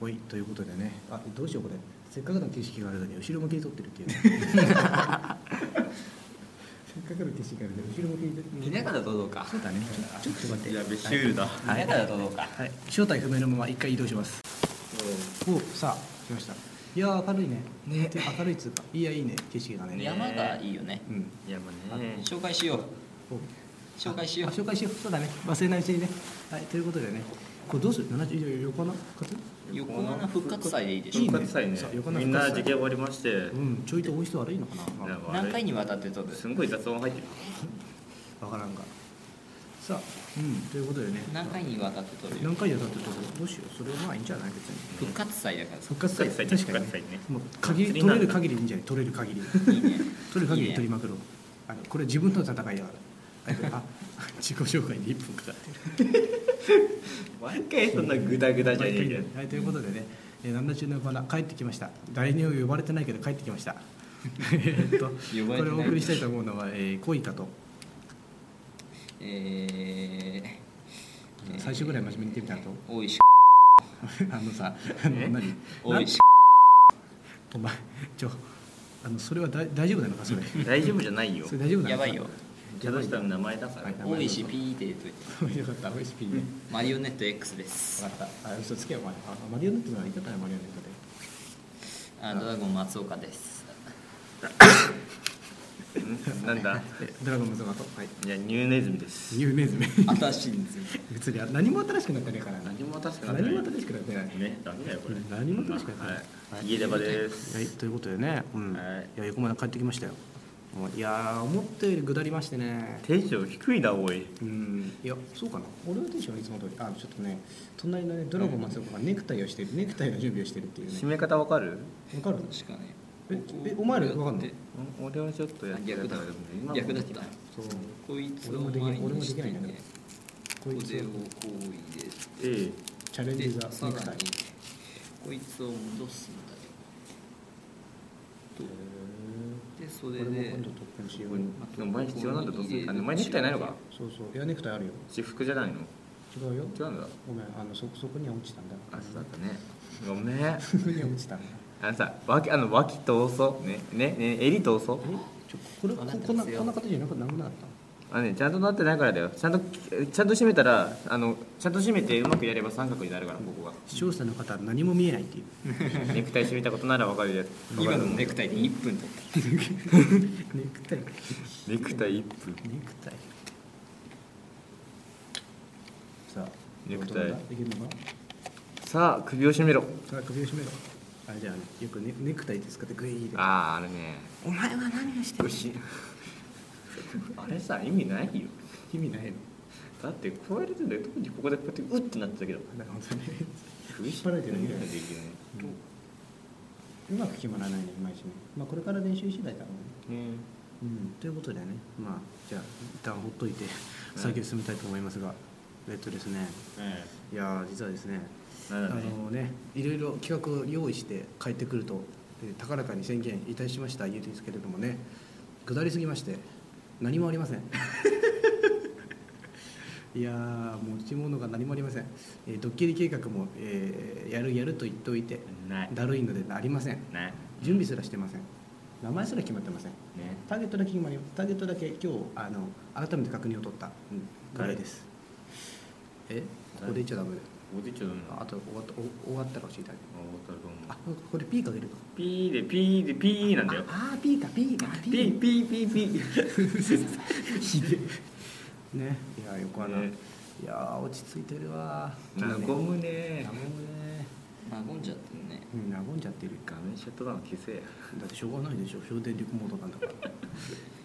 はいということでねあどうしようこれせっかくの景色があるのに後ろ向きに撮ってるっていう せっかくの景色があるのに後ろ向きに撮ってる見ながら撮ろうかそうだねちょちょっと待ってやべシュールだ見ながら撮ろうかはい、正体不明のまま一回移動しますおさあ来ましたいやー明るいねねて明るいっつうかいやいいね景色がね山がいいよねうん山ね紹介しようお紹介しよあう紹介しようそうだね忘れないうちにねはいということでねこれどうする70以上横の活横穴復活祭でいいでいしいねょ復活祭ねそう横のみ復ん活な祭時期終わりましてうんちょいと多い人悪いのかななんかあれ何回にわたって撮るすんごい雑音入ってるわからんがさあうんということでね何回にわたって撮るよ何回やったってとこどうしようそれはまあいいんじゃない別に復活祭だか復活祭復活祭確かに復活祭ねもう限り釣取りなれんだる限りでいいんじゃない取れる限りらいいね取る限りいいね取りまくろうあのこれ自分との戦いだからあ自己紹介で1分くらってる毎回そんなグダグダじゃねえけどはい、ということでね「えー、なんだ中の花」帰ってきました誰にも呼ばれてないけど帰ってきましたえーっと呼ばれてないこれをお送りしたいと思うのは、えー、恋かとえーえー最初ぐらい真面目に言ってみ たらおいしとあのさあの何おいしお前ちょあのそれはだ大丈夫なのかそれ大丈夫じゃないよそれ大丈夫なのかやばいよキャラクターの名前だからはいおいしピーって言っといてよかった美味しいねマリオネット X です分かったあ嘘つけよお前あマリオネットならいたかなマリオネットであドラゴン松 岡ですんなんだえドラゴンズガとはいいやニューネズミです有名ズメ新しいんですよ 別に何も新しくなってないからな何も新しくなってない何も新しくなってないねダメだよこれ何も楽しくないはい家出場ですはい、ということでね、うんはいいや横まで帰ってきましたよもういやー思ったより下りましてねテンション低いなおいうんいやそうかな俺のテンションはいつも通りあちょっとね隣のねドラゴン松岡がネクタイをしてるネクタイの準備をしてるっていうね締め方わかるわかる確かねええお前らわかんのん俺はちょっとやあって逆だ今逆だったそうこいつ俺をもでき前俺もにでしきてないんねだけどここいれをつこをう入れえチャレンジでザさネらクタイにこいつを戻すんだよとでそれ俺もで今度特訓しようえでも前必要なんだどうするあ前ネクタイないのかそうそういやネクタイあるよ私服じゃないの違うよ違うんだごめんあのそそこには落ちたんだあそうだったねごめんそこには落ちたんだあのさ脇あの脇通そうねねね襟通そうえちょこれこあなたこんなですよこんな形じゃなくなくなかったあのねちゃんとなってないからだよちゃんとちゃんと締めたらあのちゃんと締めてうまくやれば三角になるからこ こ視聴者の方は何も見えないっていうがネクタイ締めたことならわかるやつ今のネクタイで1分だっネクタイネクタイ一分ネクタイさあネクタイどうだいけるのかさあ首を締めろさあ首を絞めろあれじゃあよくネネクタイって使ってグイーでああああれねお前は何をしてるしあれさ意味ないよ意味ないのだってこうやるんだよ当時ここでこうやってうってなってたけどなるほどね首引っ張られてるみたいなできるねうまく決まらないねいまいちねまあこれから練習次第だろうねうんうんということでねまあじゃあ一旦ほっといて作業進めたいと思いますが、えっとですねえいやー実はですねえなあんだねのねいろいろ企画を用意して帰ってくると、えー高らかに宣言いたしました言うですけれどもね下りすぎまして何もあり ませんいやー持ち物が何もありません、えードッキリ計画も、えーやるやると言っておいてないだるいのでありませんない準備すらしてません名前すら決まってませんねターゲットだけ決まりますターゲットだけ今日あの改めて確認を取ったぐらいです、えここで言っちゃダメだよおじいちゃんあと終わったお終わったら教えてあげる太田君あここれピーかけるとピーでピーでピーなんだよああーピーかピーかピーピーピーピーひでえねいや横穴、ねいやー落ち着いてるわな和ごむむねねた和んじゃってるねうん和んじゃってる画面シャットダウン消せやだってしょうがないでしょ省電力モードなんだから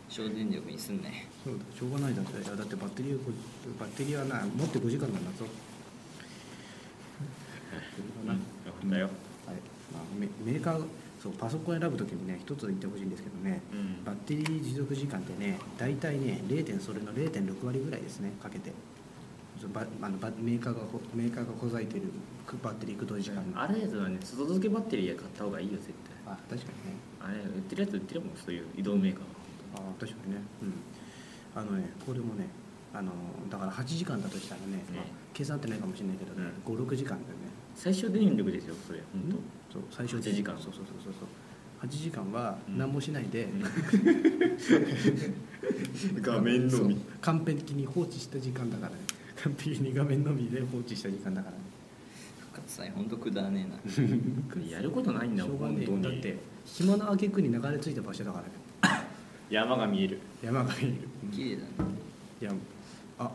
省電力にすんねそうだしょうがないだっていやだってバッテリーはこバッテリーはな持って5時間なんだぞうんだよはいまあ、メメーカーそうパソコン選ぶときにね一つ言ってほしいんですけどねうんバッテリー持続時間ってね大体ね0点それの0.6割ぐらいですねかけてそうバあのバメーカーがほメーカーがこざいてるくバッテリー駆動時間のあるやつはね外付けバッテリー買った方がいいよ絶対あ確かにねあれ売ってるやつ売ってるもんそういう移動メーカーはあ確かにねうんあのねこれもねあのだから8時間だとしたらね、ねまあ計算ってないかもしれないけど、うん56時間だよね最 小電力ですよそれ本当そう最初8時間そうそうそうそうそう8時間は何もしないで、 画面のみそう完璧に放置した時間だからね完璧に画面のみで放置した時間だからね深津さん本当くだらねえやることないんしだょもんうが本ね当えにだって島の挙句に流れ着いた場所だからね山が見える山が見えるな綺麗だねいやあ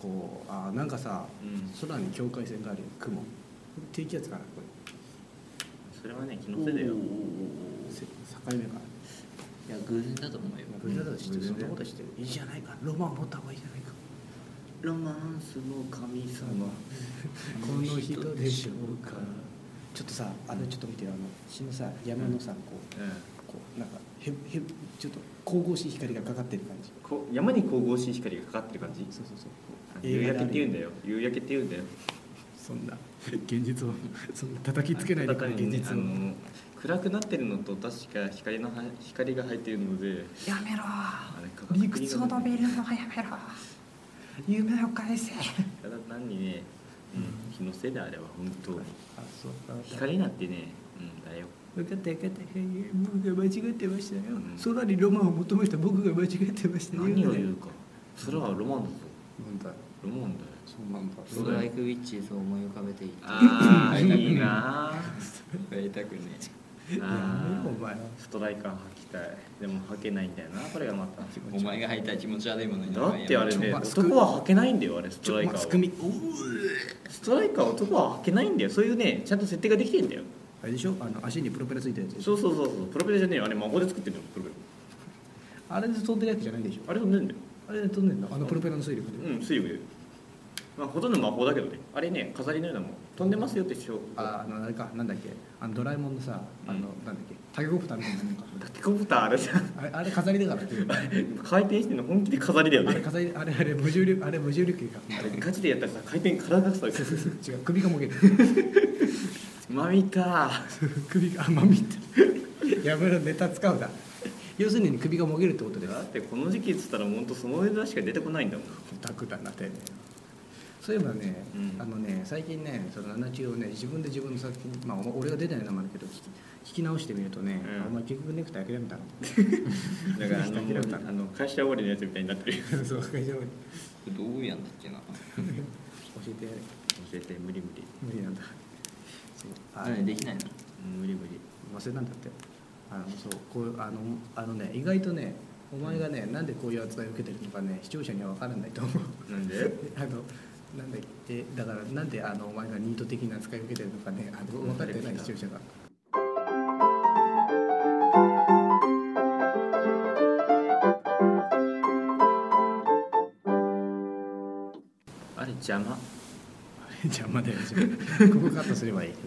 こうあなんかさ、うん空に境界線があるよ雲低気圧かなこれそれはね気のせいだよせ境目かないや偶然だと思うよブルーだとしてうんそんなことしていいじゃないかロマンを持った方がいいじゃないかロマンスの神様この人でしょうかちょっとさあのちょっと見てよあの死のさ山のさこうこうなんかへへちょっと神々しい光がかかってる感じこ山に神々しい光がかかってる感じそうそうそうこう夕映焼画であるけって言うんだよ夕焼けって言うんだよそんな現実を そんな叩きつけないでくれ現実あをの暗くなってるのと確か光のは光が入っているのでやめろあれか理屈を述べるのはや めろ夢を返せただ単にね、うん、気のせいであれは本当あそうだ光なんてね、うん、だよ分かった分かった僕が間違ってましたようん空にロマンを求めた僕が間違ってましたよ何を言うかそれはロマンだぞなんだロマンだよそうなんだストライクウィッチーズを思い浮かべていてああいいなやりたくねーあやめろおー前 ストライカー履きたいでも履けないんだよなこれがまたえお前が履いたら気持ち悪いものにだってあれねちょまあすく男は履けないんだよあれスちトょラっイとカマースはクミおうストライカーは男は履けないんだよそういうねちゃんと設定ができてんだよあれでしょあの足にプロペラついたやつでしょそうそうそうそうプロペラじゃねえよあれ孫で作ってんだよプロペあれで飛んでるやつじゃないでしょラあれ飛んでんだよあれで飛んでんのあのプロペラの水力でうん水力でまあほとんど魔法だけどねあれね飾りのようなもん飛んでますよって証拠ああのあれかなんだっけあのドラえもんのさあの、うんなんだっけタケコプターみたいなのかダッキコプターあれさあれあれ飾りだからっていう 回転してんの本気で飾りだよあれね飾りあれあれ無重力あれ無重力かあれガチでやったらさ回転体がさ違う首がもげてる マミか首があまみってやめろネタ使うな要するに首がもげるってことですだってこの時期っつったらほんとその枝しか出てこないんだもんオタクだなてそういえばね、うんあのね最近ねその七中をね自分で自分の作品まあお俺が出たようなもんだけど聞き聞き直してみるとね、うんお前結局ネクタイ諦めたのだからあ の諦めたあの会社終わりのやつみたいになってる そう会社も教どうやんだっけなえてやれ教えて無理無理無理なんだそうあ何できないの無理無理忘れたんだってあのそうこうあのあのね意外とねお前がねなんでこういう扱いを受けてるのかね視聴者には分からないと思うなんであのなんだっけだからなんであのお前がニート的な扱いを受けてるのかねあの分かってない視聴者があれ邪魔 邪魔だよ邪魔ここカットすればいいけど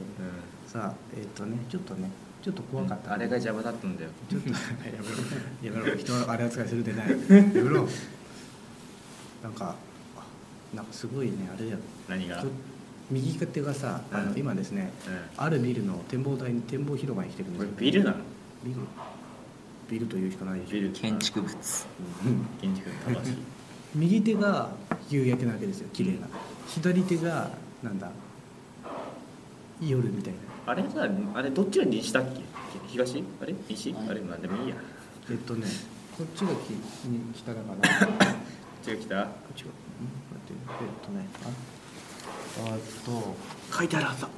さあえっ、とねちょっとねちょっと怖かった、あれが邪魔だったんだよちょっとやめろやめろ人のあれ扱いするで ないやめろなんかあなんかすごいねあれだよ何がちょ右手がさあの、うん今ですねうあるビルの展望台に展望広場に来てるんんでこすれよビルなのビルビルというしかないでしょビル建築物うん建築の魂右手が夕焼けなわけですよ綺麗な、左手がなんだ夜みたいなあれさあれどっちが西だっけ東あれ西はいあれなんでもいいやえっとねこっちがきに北だからここっちが来たっちがん待ってえっとねああーっと書いてあるはずだ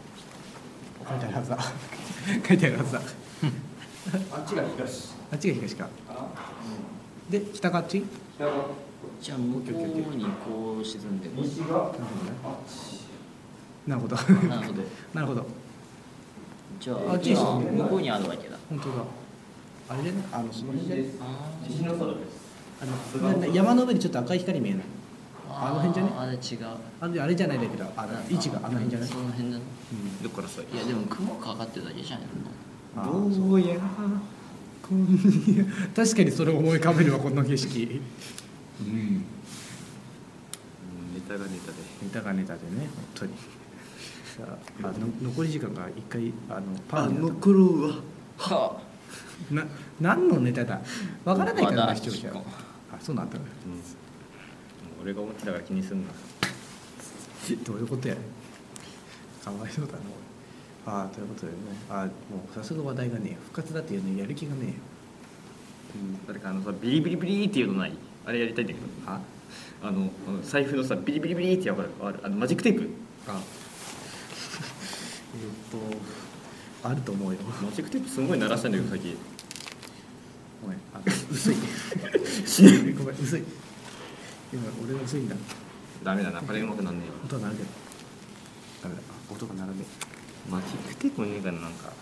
書いてあるはずだ 書いてあるはずだあっちが東あっちが東かで北があっち北がじゃあ向こうにこう沈んでるがなるほどねなるほ どなるほどなるほどじゃああっちに沈んでる向こうにあるわけだ本当だあれじゃないあのその辺じゃないあ西の空ですあのなな山の上にちょっと赤い光見えないあの辺じゃねあれ違うあれあれじゃないんだけどあの位置があの辺じゃないその辺だねうんどっからさいやでも雲かかってるだけじゃんあどーそううやこんに確かにそれを思い浮かべるわこの景色うんネタがネタでネタがネタでね本当にさああの残り時間が一回あのパーになった頃ははな何のネタだわからないからまなだ視聴者聞はこあそうなんだ俺が思ってたから気にすんなどういうことやねかわいそうだな俺ああということでねああもう早速話題がねえよ復活だっていうのにやる気がねえよ誰かあのさビリビリビリっていうのないあれやりたいんだけどあのあの財布のさビリビリビリってわかるあるあのマジックテープ あえっとあると思うよマジックテープすごい鳴らしたんだけど最近ごめんあ薄 い死ねごめん薄い今俺が薄いんだダメだなこれうまくなんねえわ音は鳴るけどダメだあ音が鳴らねえマジックテープもねえかななんかこ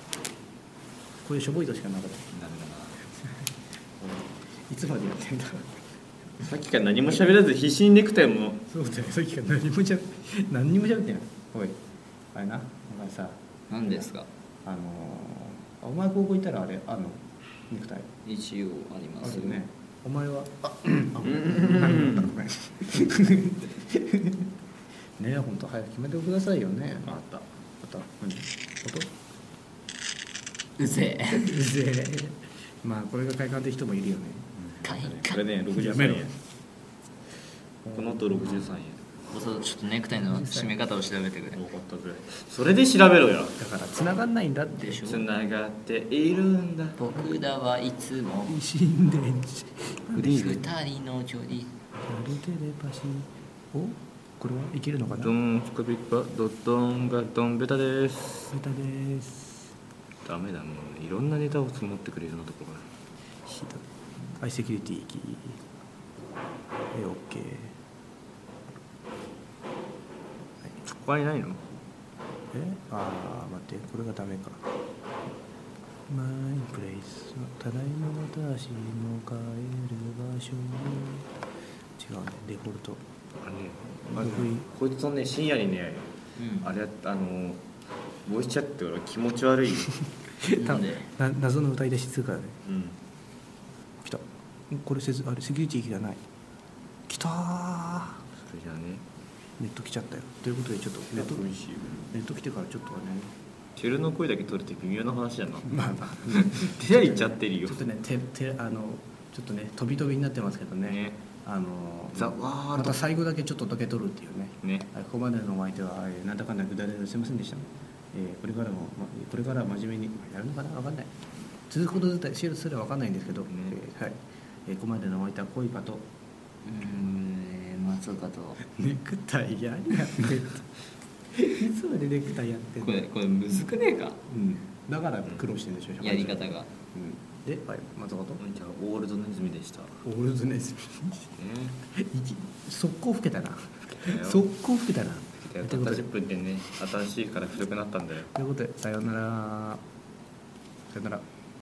ういうしょぼいとしか鳴らないダメだいつまでやってんだなさっきから何も喋らず必死にネクタイもそうだよさっきから何もしゃべ何にも喋ってないおいあれなお前さ何ですかあのーあお前高校行ったらあれあんのネクタイ一応ありますよお前は ああごめうんんなんだごめんねえ本当早く決めてくださいよねあったまた何音うぜえうぜえまあこれが快感って人もいるよね快感これねやめろ63円この後63円おそうちょっとネクタイの締め方を調べてくれ多かったぐらいそれで調べろよだから繋がんないんだってでしょつながっているんだ僕らはいつも死んでんじ二人の距離やるテレパシーおこれはいけるのかなドンスコビッパドドンがドンベタですベタですダメだもういろんなネタを積もってくれるのとこがひどいアイセキュリティキーえオッケー他にないのえあー待ってこれがダメかマイプレイスただいま私の帰る場所違うねデフォルトあれねあれねこいつとね深夜にねうんあれやったあのボイスチャットが気持ち悪い、なんで な謎の歌い出し通過だねうん、来たんこれせずあれセキュリティキーがない来たーそれじゃあねネット来ちゃったよということでちょっとネットネット来てからちょっとはねチェルの声だけ取るって微妙な話だなまあまあ手開いちゃってるよちょっとねててあのちょっとね飛び飛びになってますけどねねあのザワールドまた最後だけちょっとだけ取るっていうねねはいここまでのお相手は、えーなんだかんだぐだぐだですいませんでした、えーこれからも、まこれからは真面目にやるのかなわかんない続くこと自体シェルすらわかんないんですけど、えーはい、えーここまでのお相手は恋バとうーん松岡とネクタイやりやってんのいつまでネクタイやってんのこれこれむずくねえかうん、だから苦労してんでしょ、やり方うんがで、はい、松本じゃあオールドネズミでしたねオールズネズミ息速攻老けたなけたよ速攻老けたなたというっこたとで10分でね新しいから古くなったんだよということでさようならさようなら